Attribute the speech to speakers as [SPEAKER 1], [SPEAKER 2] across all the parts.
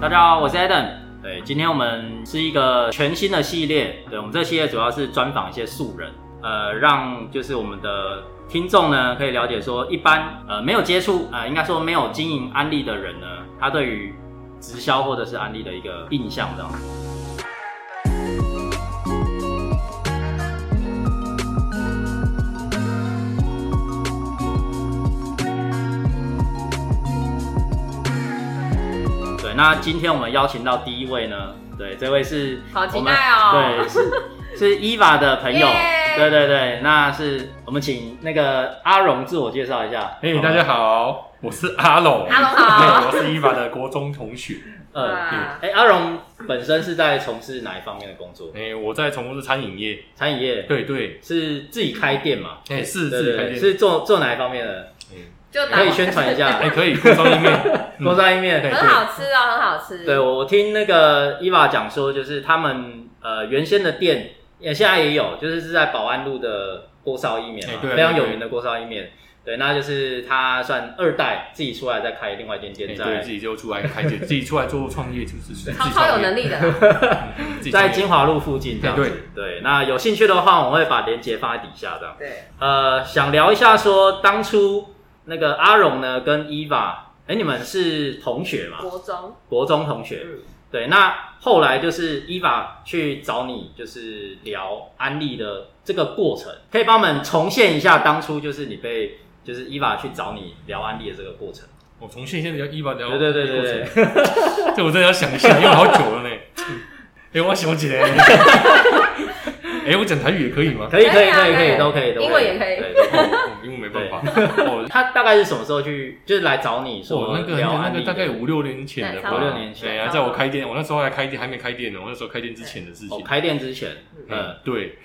[SPEAKER 1] 大家好，我是 Adam。对，今天我们是一个全新的系列。对我们这系列主要是专访一些素人，呃，让就是我们的听众呢可以了解说，一般呃没有接触啊、呃，应该说没有经营安利的人呢，他对于直销或者是安利的一个印象这样子。对，那今天我们邀请到第一位呢，对，这位是
[SPEAKER 2] 好
[SPEAKER 1] 我
[SPEAKER 2] 期
[SPEAKER 1] 们
[SPEAKER 2] 待哦！
[SPEAKER 1] 对，是是伊娃的朋友。
[SPEAKER 2] 耶
[SPEAKER 1] 对对对，那是我们请那个阿荣自我介绍一下。
[SPEAKER 3] 嘿、哎大家好，我是阿龙。
[SPEAKER 2] 阿龙好
[SPEAKER 3] 嘿我是伊娃的国中同学。
[SPEAKER 1] 呃，
[SPEAKER 2] 哇，
[SPEAKER 1] 哎，阿荣本身是在从事哪一方面的工作？
[SPEAKER 3] 哎、我在从事餐饮业。
[SPEAKER 1] 餐饮业
[SPEAKER 3] 对对，
[SPEAKER 1] 是自己开店嘛？
[SPEAKER 3] 哎、是
[SPEAKER 1] 对
[SPEAKER 3] 自己
[SPEAKER 1] 对
[SPEAKER 3] 开
[SPEAKER 1] 对，
[SPEAKER 3] 店。
[SPEAKER 1] 是做做哪一方面的？
[SPEAKER 2] 就打
[SPEAKER 1] 可以宣传一
[SPEAKER 3] 哎、
[SPEAKER 1] 下，
[SPEAKER 3] 可以锅烧意面。
[SPEAKER 1] 锅山意面。
[SPEAKER 3] 对
[SPEAKER 2] 很好吃哦，很好吃。
[SPEAKER 1] 对，我听那个伊娃讲说，就是他们呃原先的店也现在也有，就是是在保安路的锅烧意面嘛
[SPEAKER 3] 哎，对啊
[SPEAKER 1] 非常有名的锅烧意面。对，那就是他算二代自己出来再开另外一间
[SPEAKER 3] 哎
[SPEAKER 1] 店，
[SPEAKER 3] 对
[SPEAKER 1] 在
[SPEAKER 3] 自己就出来开店，自己出来做创业就是自己
[SPEAKER 2] 超
[SPEAKER 3] 创业
[SPEAKER 2] 超有能力的，
[SPEAKER 3] 自己创
[SPEAKER 1] 在
[SPEAKER 3] 业
[SPEAKER 1] 金华路附近这样
[SPEAKER 3] 哎
[SPEAKER 1] 子。对，那有兴趣的话，我会把链接放在底下这样。
[SPEAKER 2] 对，
[SPEAKER 1] 呃，想聊一下说当初那个阿荣呢跟伊娃，哎，你们是同学嘛？
[SPEAKER 2] 国中，
[SPEAKER 1] 国中同学。
[SPEAKER 2] 嗯，
[SPEAKER 1] 对，那后来就是伊娃去找你，就是聊安利的这个过程，可以帮我们重现一下当初就是你被就是伊娃去找你聊安利的这个过程。
[SPEAKER 3] 我重新先聊伊娃
[SPEAKER 2] 哦
[SPEAKER 3] 聊。
[SPEAKER 1] 对对对对对，对，
[SPEAKER 3] 这我真的要想一下，因为好久了呢。哎、我想起来。 哎、我讲台语也可以吗？
[SPEAKER 1] 可以可以可以可
[SPEAKER 2] 可以
[SPEAKER 1] 以
[SPEAKER 2] 啊
[SPEAKER 1] 都可以都可以，
[SPEAKER 2] 英文也可以
[SPEAKER 1] 对对对
[SPEAKER 3] 哦因为没办法。哦，
[SPEAKER 1] 他大概是什么时候去就是来找你说
[SPEAKER 3] 我那个
[SPEAKER 1] 聊
[SPEAKER 3] 那
[SPEAKER 1] 安利
[SPEAKER 3] 个
[SPEAKER 1] 的？
[SPEAKER 3] 大概五六年前的吧，
[SPEAKER 2] 对
[SPEAKER 1] 五六年前
[SPEAKER 3] 对啊，在我开店，我那时候还开店，还没开店呢，我那时候开店之前的事
[SPEAKER 1] 哦
[SPEAKER 3] 情。
[SPEAKER 1] 开店之前，嗯
[SPEAKER 3] 嗯，，对，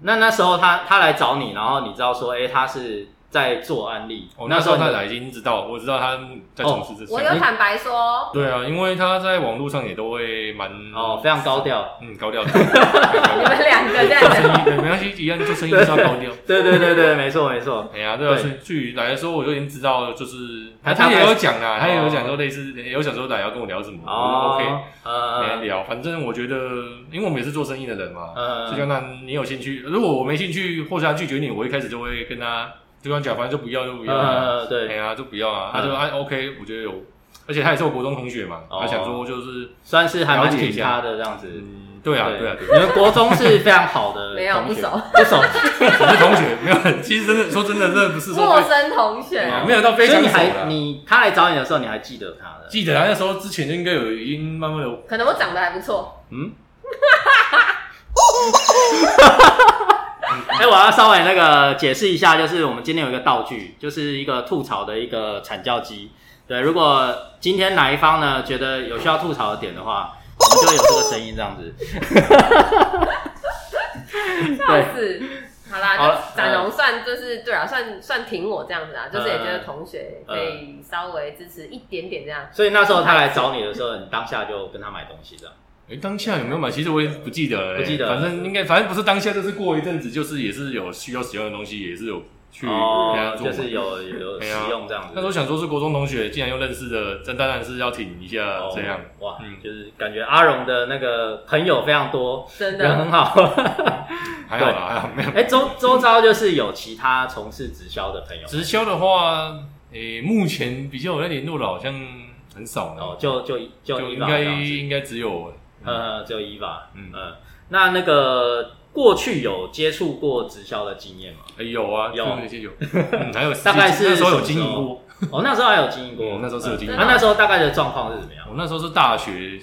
[SPEAKER 1] 那那时候他他来找你，然后你知道说，哎、他是在做安利。
[SPEAKER 3] 我哦那时候
[SPEAKER 1] 你
[SPEAKER 3] 他来已经知道，我知道他在从事这
[SPEAKER 2] 哦我
[SPEAKER 3] 项
[SPEAKER 2] 有
[SPEAKER 3] 目。
[SPEAKER 2] 坦白说，
[SPEAKER 3] 对啊，因为他在网络上也都会蛮
[SPEAKER 1] 哦非常高调，
[SPEAKER 3] 嗯高调的， 对
[SPEAKER 2] 你们两个这样
[SPEAKER 3] 做
[SPEAKER 2] 子，
[SPEAKER 3] 生意对没关系，一样做生意就是要高调。
[SPEAKER 1] 对对对对，没错没错。
[SPEAKER 3] 哎呀，对啊，
[SPEAKER 1] 对
[SPEAKER 3] 所以至于来的时候，我就已经知道，就是
[SPEAKER 1] 他
[SPEAKER 3] 他
[SPEAKER 1] 他
[SPEAKER 3] 他也有讲啊，
[SPEAKER 1] 他
[SPEAKER 3] 他也有讲说类似，也有想说来要跟我聊什么，
[SPEAKER 1] 哦
[SPEAKER 3] 我就嗯 OK，来
[SPEAKER 1] 呃
[SPEAKER 3] 聊。反正我觉得，因为我们也是做生意的人嘛，就
[SPEAKER 1] 呃，
[SPEAKER 3] 像那你有兴趣，如果我没兴趣或者他拒绝你，我一开始就会跟他就跟他讲，反正就不要就不要、啊，
[SPEAKER 1] 呃
[SPEAKER 3] 哎
[SPEAKER 1] 对，
[SPEAKER 3] 呀、就不要啊
[SPEAKER 1] 嗯。
[SPEAKER 3] 他就啊 OK，我觉得有，而且他也是我国中同学嘛，
[SPEAKER 1] 哦
[SPEAKER 3] 他想说就是，
[SPEAKER 1] 算是还蛮
[SPEAKER 3] 了解一
[SPEAKER 1] 挺他
[SPEAKER 3] 下
[SPEAKER 1] 的这样子。
[SPEAKER 3] 嗯，对啊对啊对哦
[SPEAKER 1] 你们国中是非常好的同学，
[SPEAKER 2] 没有不熟
[SPEAKER 1] 不 熟，
[SPEAKER 3] 只是同学，没有，其实真的说真的，这不是说
[SPEAKER 2] 陌
[SPEAKER 3] 非
[SPEAKER 2] 生同学，
[SPEAKER 3] 啊没有到非
[SPEAKER 1] 所以
[SPEAKER 3] 常
[SPEAKER 1] 你
[SPEAKER 3] 熟
[SPEAKER 1] 还
[SPEAKER 3] 啦。
[SPEAKER 1] 你他来找你的时候，你还记得他的？
[SPEAKER 3] 记得啊，那时候之前应该有已经慢慢的，
[SPEAKER 2] 可能我长得还不错，
[SPEAKER 1] 嗯。 哎、我要稍微那个解释一下，就是我们今天有一个道具，就是一个吐槽的一个惨叫机。对，如果今天哪一方呢觉得有需要吐槽的点的 话，我们就有这个声音这样子。
[SPEAKER 2] 笑死。好啦，
[SPEAKER 1] 好了呃
[SPEAKER 2] 就展荣算就是对啊，算算挺我这样子啊，就是也觉得同学
[SPEAKER 1] 呃
[SPEAKER 2] 可以稍微支持一点点这样。
[SPEAKER 1] 所以那时候他来找你的时候，你当下就跟他买东西这样。
[SPEAKER 3] 哎，当下有没有买？其实我也不记得了、
[SPEAKER 1] 不记得
[SPEAKER 3] 反正应该，反正不是当下，就是过一阵子，就是也是有需要使用的东西，也是有去跟他
[SPEAKER 1] 哦，
[SPEAKER 3] 做嘛。
[SPEAKER 1] 就是有有有
[SPEAKER 3] 哎
[SPEAKER 1] 使
[SPEAKER 3] 呀
[SPEAKER 1] 用这样子。
[SPEAKER 3] 那时候想说是国中同学，既然又认识的，这当然是要挺一下
[SPEAKER 1] 哦
[SPEAKER 3] 这样。
[SPEAKER 1] 哇，
[SPEAKER 3] 嗯
[SPEAKER 1] 就是感觉阿荣的那个朋友非常多，
[SPEAKER 2] 真
[SPEAKER 1] 人
[SPEAKER 2] 的，
[SPEAKER 1] 很 好。
[SPEAKER 3] 还好啦，还好没有。
[SPEAKER 1] 哎、周周遭就是有其他从事直销的朋友
[SPEAKER 3] 直销的话，诶、目前比较有在联络的，好像很少呢，
[SPEAKER 1] 哦，就就就
[SPEAKER 3] 嗯就
[SPEAKER 1] 伊
[SPEAKER 3] 应
[SPEAKER 1] 娃
[SPEAKER 3] 该
[SPEAKER 1] 这样子，
[SPEAKER 3] 应该只有
[SPEAKER 1] 呃，只有伊娃，嗯
[SPEAKER 3] 嗯
[SPEAKER 1] 嗯。那那个过去有接触过直销的经验吗？
[SPEAKER 3] 诶有啊，
[SPEAKER 1] 有
[SPEAKER 3] 就那 些有，嗯，还有
[SPEAKER 1] 大概是
[SPEAKER 3] 那时候有
[SPEAKER 1] 什
[SPEAKER 3] 经
[SPEAKER 1] 么时候
[SPEAKER 3] 营过，
[SPEAKER 1] 哦，那时候还有经营过、
[SPEAKER 3] 嗯那时候是有经
[SPEAKER 2] 营
[SPEAKER 1] 那、那时候大概的状况是怎么样？
[SPEAKER 3] 我那时候是大学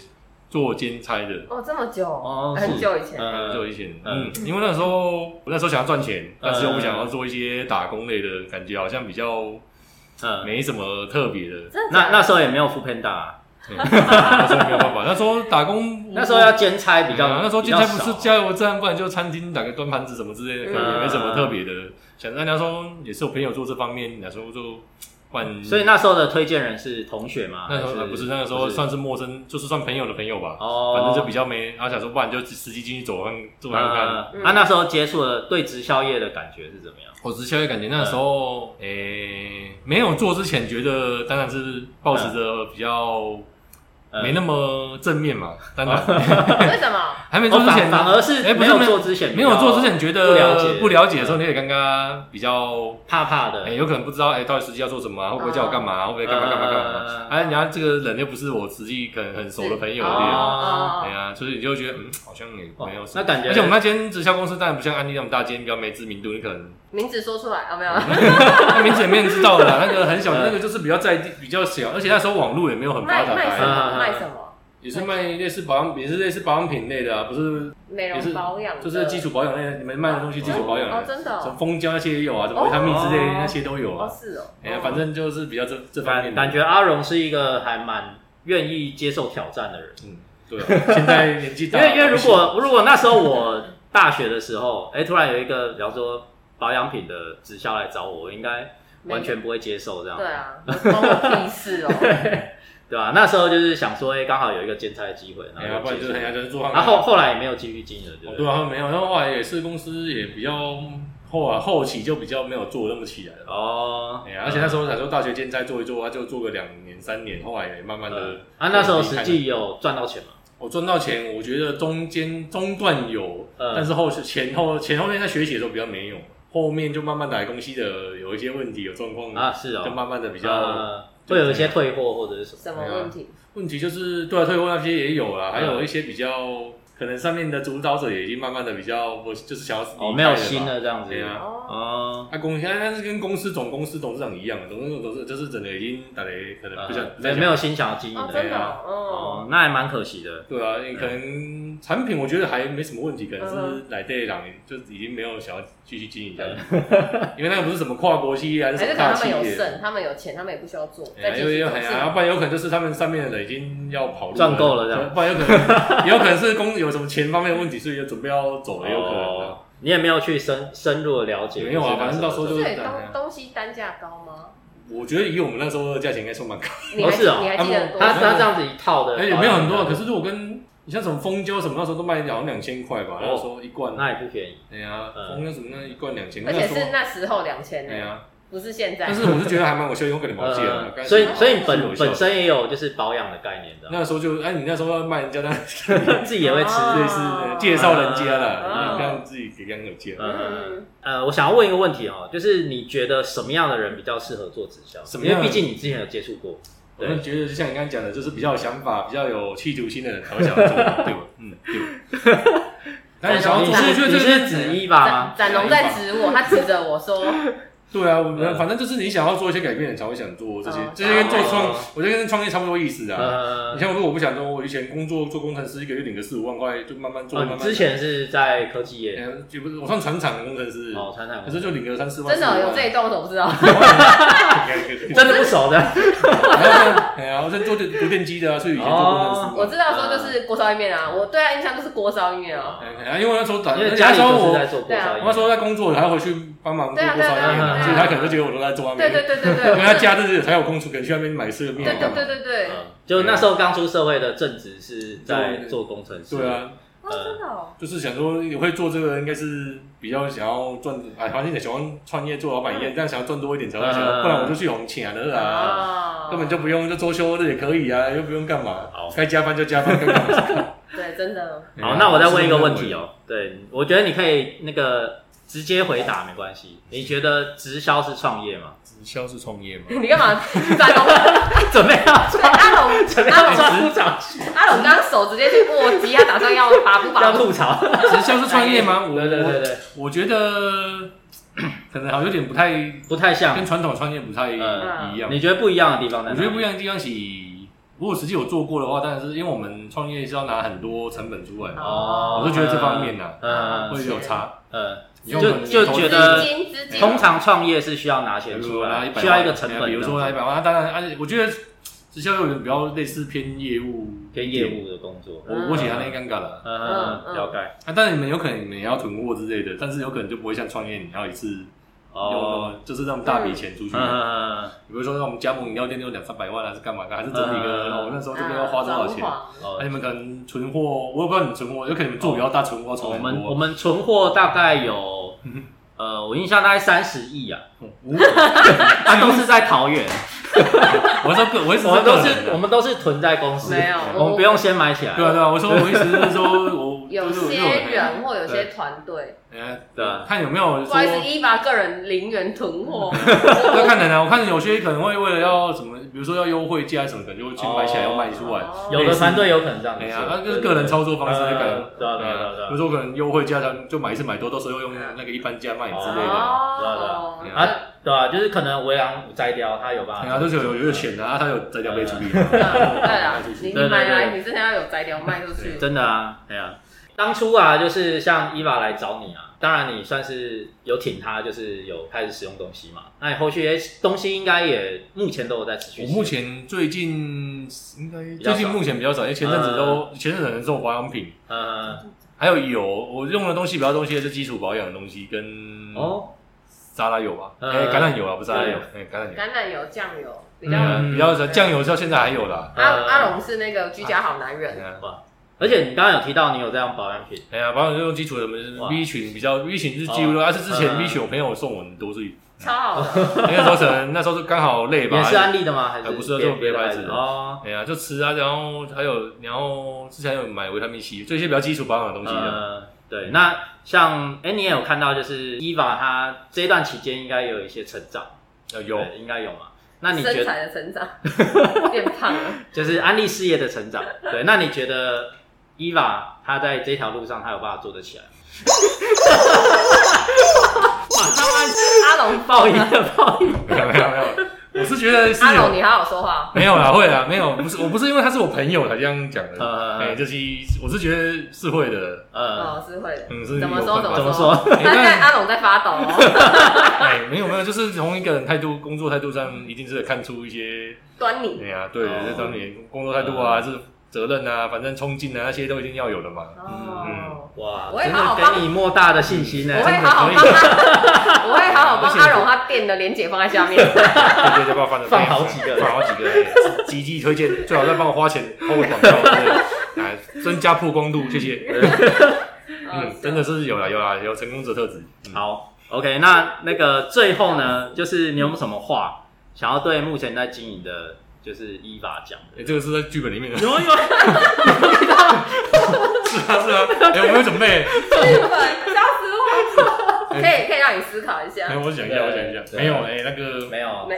[SPEAKER 3] 做兼差的，
[SPEAKER 2] 哦，这么久，
[SPEAKER 1] 哦
[SPEAKER 2] 很
[SPEAKER 1] 是
[SPEAKER 2] 久以前，
[SPEAKER 1] 嗯
[SPEAKER 3] 就以前，
[SPEAKER 1] 嗯
[SPEAKER 3] 嗯，因为那时候我那时候想要赚钱，但是又不想要做一些打工类的，感觉好像比较
[SPEAKER 1] 嗯，
[SPEAKER 3] 没什么特别的，
[SPEAKER 2] 真的假
[SPEAKER 1] 那
[SPEAKER 2] 的
[SPEAKER 1] 那时候也没有副 panda，
[SPEAKER 3] 那时候没有办法，那时候打工，
[SPEAKER 1] 那时候要兼差比较，
[SPEAKER 3] 啊那时候兼差不
[SPEAKER 1] 比较少
[SPEAKER 3] 是
[SPEAKER 1] 嗯
[SPEAKER 3] 加油站，不然就餐厅打个端盘子什么之类的，可能也没什么特别的。想人家说也是有朋友做这方面，那时候就换，
[SPEAKER 1] 嗯所以那时候的推荐人是同学吗？
[SPEAKER 3] 那时
[SPEAKER 1] 还
[SPEAKER 3] 候不是那个时候算是陌生，就是算朋友的朋友吧。
[SPEAKER 1] 哦，
[SPEAKER 3] 反正就比较没，然后想说，不然就实际进去走看做看看。
[SPEAKER 1] 呃啊，那时候接触了对直销业的感觉是怎么样？
[SPEAKER 3] 我直销也感觉那
[SPEAKER 1] 嗯
[SPEAKER 3] 时候，
[SPEAKER 1] 嗯
[SPEAKER 3] 诶、没有做之前觉得当然是保持着比较
[SPEAKER 1] 呃
[SPEAKER 3] 没那么正 面嘛，当然
[SPEAKER 2] 为什么？
[SPEAKER 3] 还没
[SPEAKER 1] 哦
[SPEAKER 3] 做之前
[SPEAKER 1] 反
[SPEAKER 3] 呢，
[SPEAKER 1] 反而是
[SPEAKER 3] 哎不
[SPEAKER 1] 没
[SPEAKER 3] 是
[SPEAKER 1] 有做之前比
[SPEAKER 3] 没
[SPEAKER 1] 较
[SPEAKER 3] 有做之前觉得
[SPEAKER 1] 不了解嗯
[SPEAKER 3] 不了解的时候，你也刚刚比较
[SPEAKER 1] 怕怕的
[SPEAKER 3] 哎、，有可能不知道哎、到底实际要做什么、啊，会不会叫我干嘛、会不会干嘛干嘛干嘛、
[SPEAKER 1] 呃
[SPEAKER 3] 哎、人家这个人又不是我实际可能很熟的朋友
[SPEAKER 2] 哦
[SPEAKER 3] 对啊
[SPEAKER 2] 哦
[SPEAKER 3] 哎
[SPEAKER 2] 哦
[SPEAKER 3] 呀，所以你就会觉得嗯，好像也没有
[SPEAKER 1] 哦
[SPEAKER 3] 什
[SPEAKER 1] 那
[SPEAKER 3] 么。
[SPEAKER 1] 感觉，
[SPEAKER 3] 而且我们那间直销公司当然不像安利那么大间，比较没知名度，你可能
[SPEAKER 2] 名字说出来啊，没有，
[SPEAKER 3] 那名字也没人知道的啦，那个很小，
[SPEAKER 1] 嗯
[SPEAKER 3] 那个就是比较在地，比较小，而且那时候网络也没有很 发
[SPEAKER 2] 卖
[SPEAKER 3] 达，
[SPEAKER 2] 卖什
[SPEAKER 1] 啊
[SPEAKER 3] 哎
[SPEAKER 1] 啊啊
[SPEAKER 2] 么？卖什么？
[SPEAKER 3] 也是卖类似保养，也是类似保养品类的啊，不是
[SPEAKER 2] 美
[SPEAKER 3] 也是
[SPEAKER 2] 容保养的
[SPEAKER 3] 就是基础保养类，你们卖的东西基础保养
[SPEAKER 2] 哦，
[SPEAKER 3] 的，
[SPEAKER 2] 真的
[SPEAKER 3] 什么
[SPEAKER 2] 哦，
[SPEAKER 3] 蜂胶那些也有啊，什么维他命之类
[SPEAKER 1] 哦
[SPEAKER 3] 那些都有
[SPEAKER 2] 哦
[SPEAKER 3] 啊。
[SPEAKER 2] 是哦，
[SPEAKER 3] 哎呀，反正就是比较这这方面
[SPEAKER 1] 感
[SPEAKER 3] 的
[SPEAKER 1] 感觉阿荣是一个还蛮愿意接受挑战的人，
[SPEAKER 3] 嗯，对啊，现在年纪
[SPEAKER 1] 因
[SPEAKER 3] 大了，
[SPEAKER 1] 为因为如果如果那时候我大学的时候， 哎、突然有一个比方说保养品的直销来找我，我应该完全不会接受这样，
[SPEAKER 2] 哦对啊，关我屁事 哦，
[SPEAKER 1] 对吧、啊那时候就是想说，哎、刚好有一个兼差的机会，
[SPEAKER 3] 哎呀，
[SPEAKER 1] 然
[SPEAKER 3] 不
[SPEAKER 1] 后
[SPEAKER 3] 然
[SPEAKER 1] 就
[SPEAKER 3] 就是
[SPEAKER 1] 接
[SPEAKER 3] 人
[SPEAKER 1] 受
[SPEAKER 3] 家就是做
[SPEAKER 1] 然后后来也没有继续经营了，对
[SPEAKER 3] 哦
[SPEAKER 1] 不对？
[SPEAKER 3] 对啊，没有，然后后来也是公司也比较后来后期就比较没有做那么起来了。
[SPEAKER 1] 哦，
[SPEAKER 3] 哎呀，而且那时候想说大学兼差做一做，啊，就做个两年三年，后来也慢慢的
[SPEAKER 1] 呃，啊，那时候实际有赚到钱吗？
[SPEAKER 3] 我赚到钱，我觉得中间中段有，
[SPEAKER 1] 嗯
[SPEAKER 3] 但是后前后前后面在学习的时候比较没有，后面就慢慢来公司的有一些问题有状况，
[SPEAKER 1] 啊，是哦，
[SPEAKER 3] 嗯就慢慢的比
[SPEAKER 1] 比
[SPEAKER 3] 较
[SPEAKER 1] 会有一些退货或者是什么，
[SPEAKER 2] 什么问题？
[SPEAKER 3] 问题就是对啊，退货那些也有啦，还有
[SPEAKER 1] 嗯
[SPEAKER 3] 一些比较可能上面的主导者也已经慢慢的比较不就是想要离开
[SPEAKER 1] 哦，没有
[SPEAKER 3] 了吧
[SPEAKER 1] 新的这样子
[SPEAKER 3] 对，啊
[SPEAKER 2] 哦，
[SPEAKER 1] 哦，
[SPEAKER 3] 啊，公司但是跟公司总公司董事长一样，董事长董事就是整个已经打雷，可能不想、不
[SPEAKER 1] 也
[SPEAKER 3] 再
[SPEAKER 1] 呃没有新想要经
[SPEAKER 3] 啊
[SPEAKER 1] 营
[SPEAKER 2] 哦，
[SPEAKER 1] 的
[SPEAKER 2] 真
[SPEAKER 3] 哎
[SPEAKER 2] 的哦哦，
[SPEAKER 1] 哦，那还蛮可惜的。
[SPEAKER 3] 对啊，你可能产品我觉得还没什么问题，可能
[SPEAKER 2] 嗯
[SPEAKER 3] 是来对两就已经没有想要继续经营下去，
[SPEAKER 1] 嗯
[SPEAKER 3] 因为那个不是什么跨国企业还是
[SPEAKER 2] 还是
[SPEAKER 3] 什么
[SPEAKER 2] 可能
[SPEAKER 3] 大
[SPEAKER 2] 他
[SPEAKER 3] 企
[SPEAKER 2] 们有
[SPEAKER 3] 业，
[SPEAKER 2] 剩，他们有钱，他们也不需要做，
[SPEAKER 3] 哎
[SPEAKER 2] 再
[SPEAKER 3] 呀
[SPEAKER 2] 继
[SPEAKER 3] 因为
[SPEAKER 2] 续
[SPEAKER 3] 有
[SPEAKER 2] 做
[SPEAKER 3] 很
[SPEAKER 2] 是
[SPEAKER 3] 啊，
[SPEAKER 2] 吗。
[SPEAKER 3] 不然有可能就是他们上面的人已经要跑路
[SPEAKER 1] 赚够了这样
[SPEAKER 3] 不然有可能也有可能是公有什么钱方面的问题，所以就准备要走了，有可能啊、
[SPEAKER 1] 哦，你也没有去深深入的了解，
[SPEAKER 3] 没有
[SPEAKER 1] 就
[SPEAKER 3] 啊
[SPEAKER 1] 是那
[SPEAKER 3] 反正到时候就
[SPEAKER 2] 所以
[SPEAKER 3] 对啊
[SPEAKER 2] 东东西单价高吗？
[SPEAKER 3] 我觉得以我们那时候的价钱，应该算蛮高 的。
[SPEAKER 2] 你还
[SPEAKER 1] 是哦
[SPEAKER 2] 你还记得
[SPEAKER 3] 啊
[SPEAKER 2] 多
[SPEAKER 3] 他
[SPEAKER 1] 他
[SPEAKER 2] 少？
[SPEAKER 1] 他这样子一套的，
[SPEAKER 3] 哎、也没有很多啊，可是如果跟你像什么蜂胶什么，那时候都卖好像两千块吧，
[SPEAKER 1] 哦
[SPEAKER 3] 那时候一罐，
[SPEAKER 1] 那也不便宜，
[SPEAKER 3] 哎呀，
[SPEAKER 1] 嗯
[SPEAKER 3] 蜂胶什么那一罐两千，
[SPEAKER 2] 而
[SPEAKER 3] 那
[SPEAKER 2] 且
[SPEAKER 3] 时
[SPEAKER 2] 是
[SPEAKER 3] 候，
[SPEAKER 2] 那时候两千呢，
[SPEAKER 3] 哎呀，嗯
[SPEAKER 2] 不是现在
[SPEAKER 3] 但。是 我嗯是觉得还蛮有效，因为我可能忘记了，
[SPEAKER 1] 呃，所以所以
[SPEAKER 3] 啊是有
[SPEAKER 1] 本
[SPEAKER 3] 效
[SPEAKER 1] 本身也有就是保养的概念的，
[SPEAKER 3] 那时候就哎，你那时候要卖人家那，
[SPEAKER 1] 自己也会吃。
[SPEAKER 2] 哦
[SPEAKER 3] 类似呃介绍人家
[SPEAKER 2] 哦
[SPEAKER 3] 了，你这样自己给人家有介绍。
[SPEAKER 1] 呃
[SPEAKER 2] 嗯，
[SPEAKER 1] 呃，我想要问一个问题哦，就是你觉得什么样的人比较适合做直销？
[SPEAKER 3] 什么
[SPEAKER 1] 因为
[SPEAKER 3] 样的
[SPEAKER 1] 毕竟你之前有接触过，
[SPEAKER 3] 我们觉得就像你刚刚讲的，就是比较有想法、比较有企图心的人才会想要做，对吧？嗯，对吧。但是哎想要
[SPEAKER 1] 你
[SPEAKER 3] 做，
[SPEAKER 1] 是
[SPEAKER 3] 我觉得
[SPEAKER 1] 你
[SPEAKER 3] 这
[SPEAKER 1] 是
[SPEAKER 3] 个
[SPEAKER 1] 子一吧
[SPEAKER 3] 啊
[SPEAKER 2] 展
[SPEAKER 1] 吗？
[SPEAKER 2] 展龙在指
[SPEAKER 3] 哎
[SPEAKER 2] 我，他指着我 说，
[SPEAKER 3] 对啊，我们反正就是你想要做一些改变，你才会想做这些
[SPEAKER 2] 哦，
[SPEAKER 3] 这些跟做创
[SPEAKER 1] 嗯哦，
[SPEAKER 3] 我觉得跟创业差不多意思啊。
[SPEAKER 1] 呃
[SPEAKER 3] 你，像我说我不想做，我以前工作做工程师，一个月领个四五万块，就慢慢
[SPEAKER 1] 哦，
[SPEAKER 3] 做，慢
[SPEAKER 1] 你
[SPEAKER 3] 慢。
[SPEAKER 1] 之前是在科技业，
[SPEAKER 3] 呃，也不是我算船厂的工程师，
[SPEAKER 1] 哦，传产
[SPEAKER 3] 嗯可是就领个三四万。
[SPEAKER 2] 真的哦
[SPEAKER 3] 四五
[SPEAKER 2] 有
[SPEAKER 3] 万
[SPEAKER 2] 这一栋，我不知道。
[SPEAKER 1] 真的不熟的，
[SPEAKER 3] 然后哎呀，我在做电读电机的啊，所以以前做工程师嘛。
[SPEAKER 2] 我知道说就是锅烧意面啊，我对他印象就是锅烧意面啊。
[SPEAKER 3] 哎呀，因为那时候打，
[SPEAKER 1] 因为
[SPEAKER 3] 那
[SPEAKER 1] 家里
[SPEAKER 3] 时候
[SPEAKER 1] 就是
[SPEAKER 3] 我
[SPEAKER 1] 在做过
[SPEAKER 3] 我那时候
[SPEAKER 1] 烧，
[SPEAKER 3] 在工作，还要回去帮忙做
[SPEAKER 2] 对啊
[SPEAKER 3] 锅烧
[SPEAKER 2] 对啊
[SPEAKER 3] 面
[SPEAKER 1] 对
[SPEAKER 3] 啊，
[SPEAKER 1] 啊
[SPEAKER 3] 所以他可能就觉得我都在做外
[SPEAKER 2] 对
[SPEAKER 3] 面。
[SPEAKER 2] 对对对对，
[SPEAKER 3] 因为他
[SPEAKER 2] 对
[SPEAKER 3] 假日才有空出，可能去外面买吃个面啊干
[SPEAKER 2] 对
[SPEAKER 3] 嘛。
[SPEAKER 2] 对对对，
[SPEAKER 1] 嗯就
[SPEAKER 3] 啊
[SPEAKER 1] 那时候刚出社会的正职是在做工程师，呃
[SPEAKER 3] 对，啊，
[SPEAKER 2] 哦真的
[SPEAKER 1] 嗯
[SPEAKER 2] 哦，
[SPEAKER 3] 就是想说你会做这个，应该是比较想要赚，哎，反正也喜欢创业做老板一样，这样想要赚多一点才会想
[SPEAKER 1] 嗯哦
[SPEAKER 3] 要，不然我就去红钱了啊。
[SPEAKER 2] 啊
[SPEAKER 3] 根本就不用，就周休日也可以啊，又不用干嘛
[SPEAKER 1] 好，
[SPEAKER 3] 该加班就加班，该干嘛
[SPEAKER 2] 对真
[SPEAKER 3] 哦
[SPEAKER 2] 的
[SPEAKER 1] 好，那我再问一
[SPEAKER 3] 啊
[SPEAKER 1] 个问题。哦，对，我觉得你可以那个直接回答没关系，你觉得直销是创业吗？
[SPEAKER 3] 直销是创业吗？
[SPEAKER 2] 你干嘛展龙？
[SPEAKER 1] 准备要
[SPEAKER 2] 对阿龙
[SPEAKER 1] 准备
[SPEAKER 2] 阿
[SPEAKER 1] 要
[SPEAKER 2] 龙
[SPEAKER 1] 抓部长去
[SPEAKER 2] 阿龙刚刚手直接去握机，他打算要拔不拔
[SPEAKER 1] 要
[SPEAKER 2] 不？
[SPEAKER 1] 吐槽，
[SPEAKER 3] 直销是创业吗？我
[SPEAKER 1] 对对对对，
[SPEAKER 3] 我觉得 可能好像有点不太
[SPEAKER 1] 不太像
[SPEAKER 3] 跟，传统创业不太一
[SPEAKER 1] 嗯
[SPEAKER 3] 样。
[SPEAKER 1] 你觉得不一样的地方在
[SPEAKER 3] 我
[SPEAKER 1] 哪？
[SPEAKER 3] 觉得不一样的地方是，如果实际有做过的话，当然是因为我们创业是要拿很多成本出来，
[SPEAKER 1] 哦，
[SPEAKER 3] 我就觉得这方面呐
[SPEAKER 1] 嗯
[SPEAKER 3] 会有差。
[SPEAKER 1] 呃，
[SPEAKER 3] 你有可能
[SPEAKER 1] 就就
[SPEAKER 3] 投资
[SPEAKER 1] 觉得
[SPEAKER 2] 资金资金，
[SPEAKER 1] 通常创业是需要拿
[SPEAKER 3] 比
[SPEAKER 1] 钱
[SPEAKER 3] 如
[SPEAKER 1] 出
[SPEAKER 3] 说拿
[SPEAKER 1] 来，
[SPEAKER 3] 100
[SPEAKER 1] 需要一
[SPEAKER 3] 万
[SPEAKER 1] 个成本，
[SPEAKER 3] 比如说拿一百万，当然，而且我觉得直销有点比较类似偏业务，
[SPEAKER 1] 偏业。务的工作，
[SPEAKER 3] 我我写他那个尴尬了。
[SPEAKER 1] 嗯，嗯了解。
[SPEAKER 3] 啊，但是你们有可能你们也要囤货之类的，但是有可能就不会像创业，你要一次
[SPEAKER 1] 哦，
[SPEAKER 3] 用，就是那么大笔钱出去。
[SPEAKER 1] 嗯，
[SPEAKER 3] 比如说让我们加盟饮料店都有两三百万，还是干嘛的，还是整理个
[SPEAKER 1] 嗯
[SPEAKER 3] 哦，那时候这个要花多少钱？
[SPEAKER 2] 啊
[SPEAKER 1] 哦
[SPEAKER 3] 那你们可能存货，我也不知道你们存货，有可能你们做比较大，存货要
[SPEAKER 1] 我
[SPEAKER 3] 存很
[SPEAKER 1] 们我嗯
[SPEAKER 3] 多。
[SPEAKER 1] 们存货大概有， 呃，我印象大概三十亿啊，
[SPEAKER 3] 哦
[SPEAKER 1] 它都是在桃园，
[SPEAKER 3] 我说个，我一直
[SPEAKER 1] 我们
[SPEAKER 3] 个
[SPEAKER 1] 都
[SPEAKER 3] 人
[SPEAKER 1] 是
[SPEAKER 3] 啊
[SPEAKER 1] 我们都是囤在公司，
[SPEAKER 2] 没有
[SPEAKER 1] 我们不用先买起来。
[SPEAKER 3] 对啊对啊，我说我意思是说，我
[SPEAKER 2] 有
[SPEAKER 3] 就是我
[SPEAKER 2] 些人或有些团队，
[SPEAKER 3] 呃
[SPEAKER 1] 对啊
[SPEAKER 3] 看有没有
[SPEAKER 2] 不好意思，
[SPEAKER 3] 说，
[SPEAKER 2] 一把个人零元 囤货，
[SPEAKER 3] 要看人啊，我看有些可能会为了要什么，比如说要优惠价什么，可能就会去买起来
[SPEAKER 1] 哦
[SPEAKER 3] 要卖出来。
[SPEAKER 2] 哦
[SPEAKER 1] 有的团队有可能这样子
[SPEAKER 3] 哎
[SPEAKER 1] 做，
[SPEAKER 3] 呀，那就是个人操作方式在改。
[SPEAKER 1] 呃对啊对啊对啊对啊
[SPEAKER 3] 比如说可能优惠价，就买一次买多，到时候用那个一般价卖之类的。
[SPEAKER 2] 哦
[SPEAKER 3] 对啊对啊
[SPEAKER 1] 啊，对啊，就是可能围栏摘掉，他有办
[SPEAKER 3] 哎
[SPEAKER 1] 法。
[SPEAKER 3] 呀，就是有有钱的啊，他有再加倍出力。
[SPEAKER 2] 对啊，你
[SPEAKER 1] 对对
[SPEAKER 2] 你买来，
[SPEAKER 1] 对
[SPEAKER 2] 你真的要有摘掉卖出去。
[SPEAKER 1] 真的啊，哎呀、当初啊，就是像伊娃来找你啊，当然你算是有挺他，就是有开始使用东西嘛。那你后续哎东西应该也目前都有在持续
[SPEAKER 3] 我
[SPEAKER 1] 使用。
[SPEAKER 3] 目前最近应该
[SPEAKER 1] 较
[SPEAKER 3] 最
[SPEAKER 1] 少嗯
[SPEAKER 3] 近目前比较少，因为前阵子都前阵子可能做保养品，
[SPEAKER 1] 呃
[SPEAKER 3] 还有油，我用的东西比较东西是基础保养的东西，跟
[SPEAKER 1] 哦
[SPEAKER 3] 沙拉油吧，
[SPEAKER 1] 嗯
[SPEAKER 3] 哎橄榄油啊，不是沙拉油
[SPEAKER 1] 对，
[SPEAKER 3] 哎橄榄油，
[SPEAKER 2] 橄榄油、酱油比较。
[SPEAKER 1] 嗯
[SPEAKER 3] 嗯，比较少酱油到现在还有啦。
[SPEAKER 2] 阿
[SPEAKER 1] 呃
[SPEAKER 2] 阿龙是那个居家好男
[SPEAKER 3] 哎
[SPEAKER 2] 人，
[SPEAKER 3] 呀
[SPEAKER 1] 而且你刚刚有提到你有在用保养品，
[SPEAKER 3] 哎呀，保养就用基础的
[SPEAKER 1] 哇哦嗯
[SPEAKER 3] V 群比较 V 群就是几乎都，而且之前 V 群我朋友送我很多，所以
[SPEAKER 2] 超好的。
[SPEAKER 3] 那时候可能 那时候就刚好累吧
[SPEAKER 1] 也，是啊安利的吗？还
[SPEAKER 3] 呃
[SPEAKER 1] 是
[SPEAKER 3] 不是
[SPEAKER 1] 别
[SPEAKER 3] 这种别的牌子的
[SPEAKER 1] 哦？
[SPEAKER 3] 哎呀，就吃啊，然后还有，然后之前有买维他命 C，这些比较基础保养的东西的。
[SPEAKER 1] 呃，对，那像哎，你也有看到，就是伊娃她这一段期间应该也有一些成长，
[SPEAKER 3] 呃，有
[SPEAKER 1] 对应该有嘛？ 那你觉
[SPEAKER 2] 身
[SPEAKER 1] 得
[SPEAKER 2] 材的成 长，变胖了。
[SPEAKER 1] 就是安利事业的成长？对，那你觉得伊娃她在这条路上，她有办法做得起来吗？ 马上按
[SPEAKER 2] 阿
[SPEAKER 3] 哦
[SPEAKER 2] 龙
[SPEAKER 1] 报应的报应，
[SPEAKER 3] 没有没有没有，我是觉得是
[SPEAKER 2] 阿
[SPEAKER 3] 有
[SPEAKER 2] 龙，你好好说话哦。
[SPEAKER 3] 没有啦，会啦，没有，不是我不是因为他是我朋友才这样讲 的，
[SPEAKER 1] 呃
[SPEAKER 3] 哎，就是我是觉得是会的，
[SPEAKER 1] 呃，
[SPEAKER 2] 哦，是会的。
[SPEAKER 3] 嗯，是
[SPEAKER 2] 怎么
[SPEAKER 3] 有
[SPEAKER 2] 说
[SPEAKER 3] 办法
[SPEAKER 1] 怎么
[SPEAKER 2] 说
[SPEAKER 1] 说？
[SPEAKER 3] 哎
[SPEAKER 2] 但现在
[SPEAKER 3] 但
[SPEAKER 2] 阿龙在发抖 哦，
[SPEAKER 3] 哎，没有没有，就是从一个人态度、工作态度上，一定是看出一些，
[SPEAKER 2] 端
[SPEAKER 3] 哎
[SPEAKER 2] 倪。
[SPEAKER 3] 呀，对，
[SPEAKER 1] 哦
[SPEAKER 3] 这方面工作态度啊，是责任啊，反正冲劲啊，那些都一定要有的嘛。嗯
[SPEAKER 2] 哦，
[SPEAKER 1] 哇，
[SPEAKER 2] 我会
[SPEAKER 1] 真
[SPEAKER 2] 好
[SPEAKER 1] 的
[SPEAKER 2] 好帮
[SPEAKER 1] 给你莫大的信心呢、
[SPEAKER 2] 我会
[SPEAKER 1] 真的
[SPEAKER 2] 好好
[SPEAKER 1] 可以
[SPEAKER 2] 帮他，我会好好
[SPEAKER 3] 而
[SPEAKER 2] 帮
[SPEAKER 3] 且
[SPEAKER 2] 阿荣他店的连结放在下 面。哦
[SPEAKER 3] 对对对，帮我放 在
[SPEAKER 1] 放好几个
[SPEAKER 3] 放好几个，哎积极推荐，最好再帮我花钱投我广告， 对哎，增加曝光度，谢谢。
[SPEAKER 1] 嗯
[SPEAKER 2] 哦
[SPEAKER 3] 嗯，真的是有啦有啦，有成功者特质。嗯，
[SPEAKER 1] 好，OK，那那个最后呢，就是你有没有什么话想要对目前在经营的，就是依法讲的？
[SPEAKER 3] 哎这个是在剧本里面的，
[SPEAKER 1] 有啊有，
[SPEAKER 3] 是啊是啊，哎，我没有准备，
[SPEAKER 2] 日本笑死我！
[SPEAKER 3] 哎
[SPEAKER 2] 可以可以让你思考一下
[SPEAKER 3] 哎，。我想一下，我想一下，
[SPEAKER 1] 对
[SPEAKER 3] 没有哎，那个
[SPEAKER 1] 没有，啊
[SPEAKER 2] 没，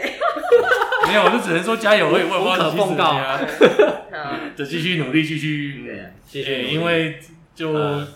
[SPEAKER 3] 没有，我就只能说加油而已，我也不知道
[SPEAKER 1] 无可奉告
[SPEAKER 3] 其实啊
[SPEAKER 2] 嗯
[SPEAKER 3] 就继续努力，继续。
[SPEAKER 2] 对
[SPEAKER 3] 嗯
[SPEAKER 1] 继续
[SPEAKER 3] 欸
[SPEAKER 1] 努力
[SPEAKER 3] 因为就、
[SPEAKER 1] 嗯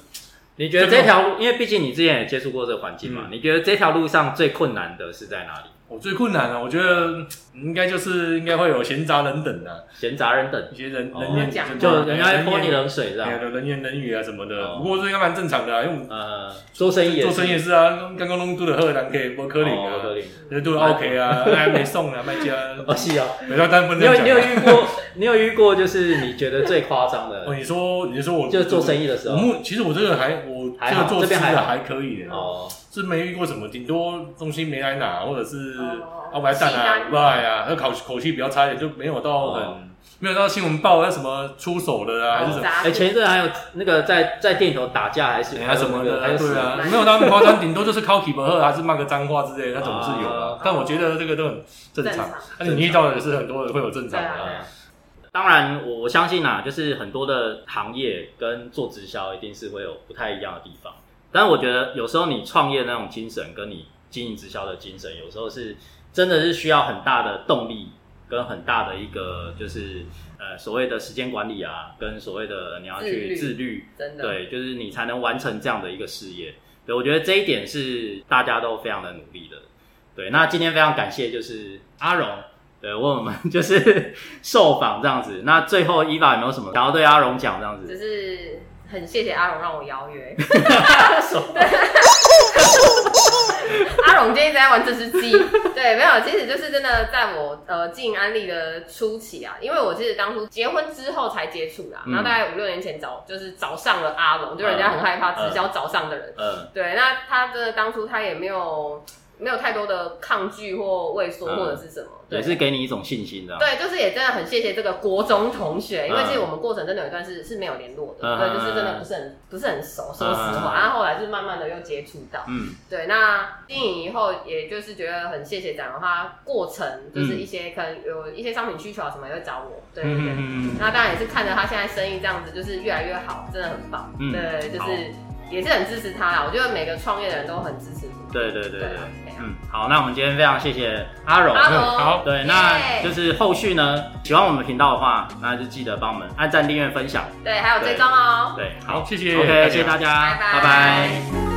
[SPEAKER 1] 你觉得哎这嗯条路，因为毕竟你之前也接触过这个环境嘛，你觉得这条路上最困难的是在哪里？
[SPEAKER 3] 我最困难的、啊我觉得嗯应该就是应该会有闲杂人等啊，
[SPEAKER 1] 闲杂人等，
[SPEAKER 3] 一些人、
[SPEAKER 1] 哦
[SPEAKER 3] 人言
[SPEAKER 2] 讲
[SPEAKER 1] 就人家会泼你
[SPEAKER 3] 人
[SPEAKER 1] 冷水这
[SPEAKER 3] 言，哎
[SPEAKER 1] 样。
[SPEAKER 3] 对人言人语啊什么的。
[SPEAKER 1] 哦
[SPEAKER 3] 不过这应该蛮正常的、啊，因为我们
[SPEAKER 1] 呃，做生意也是
[SPEAKER 3] 做生意也是啊，刚刚弄拄着好人可以无可能
[SPEAKER 1] 哦不可
[SPEAKER 3] 啊，
[SPEAKER 1] 能
[SPEAKER 3] 人拄着 OK 啊，哎没送啊，卖家，
[SPEAKER 1] 哦，是啊，
[SPEAKER 3] 没到单分
[SPEAKER 1] 你有
[SPEAKER 3] 这样
[SPEAKER 1] 你有
[SPEAKER 3] 讲啊。
[SPEAKER 1] 遇过，你有遇过就是你觉得最夸张
[SPEAKER 3] 哦，
[SPEAKER 1] 的，
[SPEAKER 3] 你说你说 我
[SPEAKER 1] 就是做生
[SPEAKER 3] 意，
[SPEAKER 1] 意的时
[SPEAKER 3] 我
[SPEAKER 1] 候。
[SPEAKER 3] 目其实我这个还我
[SPEAKER 1] 还
[SPEAKER 3] 这
[SPEAKER 1] 好
[SPEAKER 3] 个做
[SPEAKER 1] 这
[SPEAKER 3] 吃
[SPEAKER 1] 边还
[SPEAKER 3] 的
[SPEAKER 1] 好
[SPEAKER 3] 还可以的，
[SPEAKER 1] 哦，
[SPEAKER 3] 是没遇过什么，顶多东西没来拿，或者是
[SPEAKER 2] 哦
[SPEAKER 3] 啊白蛋
[SPEAKER 2] 弃单
[SPEAKER 3] 啊、外啊，那口口气比较差一点，就没有到很、
[SPEAKER 1] 哦
[SPEAKER 3] 没有到新闻报那啊什么出手的
[SPEAKER 2] 哦
[SPEAKER 3] 啊，还是什么。
[SPEAKER 1] 哎、前一阵还有那个在在店里头打架，还是
[SPEAKER 3] 哎呀，什么的
[SPEAKER 1] 还
[SPEAKER 3] 啊，
[SPEAKER 1] 有死
[SPEAKER 3] 对
[SPEAKER 1] 人
[SPEAKER 3] 啊，没有到那么夸 张，顶多就是 c o p y 不还是骂个脏话之类的，那种是有
[SPEAKER 1] 啊
[SPEAKER 3] 的。但我觉得这个都很正
[SPEAKER 2] 正
[SPEAKER 3] 常
[SPEAKER 2] 常，
[SPEAKER 3] 而且你遇到的也是很多人会有正常的啊。
[SPEAKER 1] 啊
[SPEAKER 2] 嗯
[SPEAKER 1] 当然，我我相信啊，就是很多的行业跟做直销一定是会有不太一样的地方。但是我觉得有时候你创业那种精神，跟你经营直销的精神，有时候是真的是需要很大的动力，跟很大的一个就是呃所谓的时间管理啊，跟所谓的你要去
[SPEAKER 2] 自
[SPEAKER 1] 自
[SPEAKER 2] 律
[SPEAKER 1] 律，
[SPEAKER 2] 真的
[SPEAKER 1] 对，就是你才能完成这样的一个事业。对，我觉得这一点是大家都非常的努力的。对，那今天非常感谢就是阿荣，对，为我们 就是受访这样子。那最后伊娃有没有什么想要对阿荣讲这样
[SPEAKER 2] 就
[SPEAKER 1] 子？
[SPEAKER 2] 是很谢谢阿荣让我邀 约。 阿荣今天一直在玩这只鸡，对，没有，其实就是真的，在我呃进安利的初期啊，因为我其实当初结婚之后才接触啦，
[SPEAKER 1] 嗯
[SPEAKER 2] 然后大概五六年前找就是找上了阿荣，就人家很害怕直销找上的人，
[SPEAKER 1] 嗯
[SPEAKER 2] 对，那他真的当初他也没有。没有太多的抗拒或畏缩
[SPEAKER 1] 嗯
[SPEAKER 2] 或者是什么，对
[SPEAKER 1] 也是给你一种信心的。啊
[SPEAKER 2] 对，就是也真的很谢谢这个国中同学，因为
[SPEAKER 1] 嗯
[SPEAKER 2] 其实我们过程真的有一段是是没有联络的，
[SPEAKER 1] 嗯
[SPEAKER 2] 对，就是真的不是很不是很熟，说实话，
[SPEAKER 1] 嗯
[SPEAKER 2] 然后后来就是慢慢的又接触到，
[SPEAKER 1] 嗯，
[SPEAKER 2] 对，那经营以后，也就是觉得很谢谢展的话，过程就是一些、可能有一些商品需求啊什么也会找我，对对对。
[SPEAKER 1] 嗯嗯嗯嗯
[SPEAKER 2] 那当然也是看着他现在生意这样子，就是越来越好，真的很棒。
[SPEAKER 1] 嗯
[SPEAKER 2] 对，就
[SPEAKER 1] 好
[SPEAKER 2] 是也是很支持他啦。我觉得每个创业的人都很支持你。
[SPEAKER 1] 对对对对，
[SPEAKER 2] 啊对啊
[SPEAKER 1] 嗯，好，那我们今天非常谢谢阿荣。
[SPEAKER 2] 阿
[SPEAKER 3] 嗯好
[SPEAKER 2] 龙，
[SPEAKER 1] 对，
[SPEAKER 2] 耶
[SPEAKER 1] 那就是后续呢，喜欢我们频道的话，那就记得帮我们按赞、订阅、分享。
[SPEAKER 2] 对，还有追踪哦。
[SPEAKER 1] 对，好
[SPEAKER 3] 好，谢谢
[SPEAKER 1] ，OK，谢谢大家，
[SPEAKER 2] 拜拜
[SPEAKER 1] 拜拜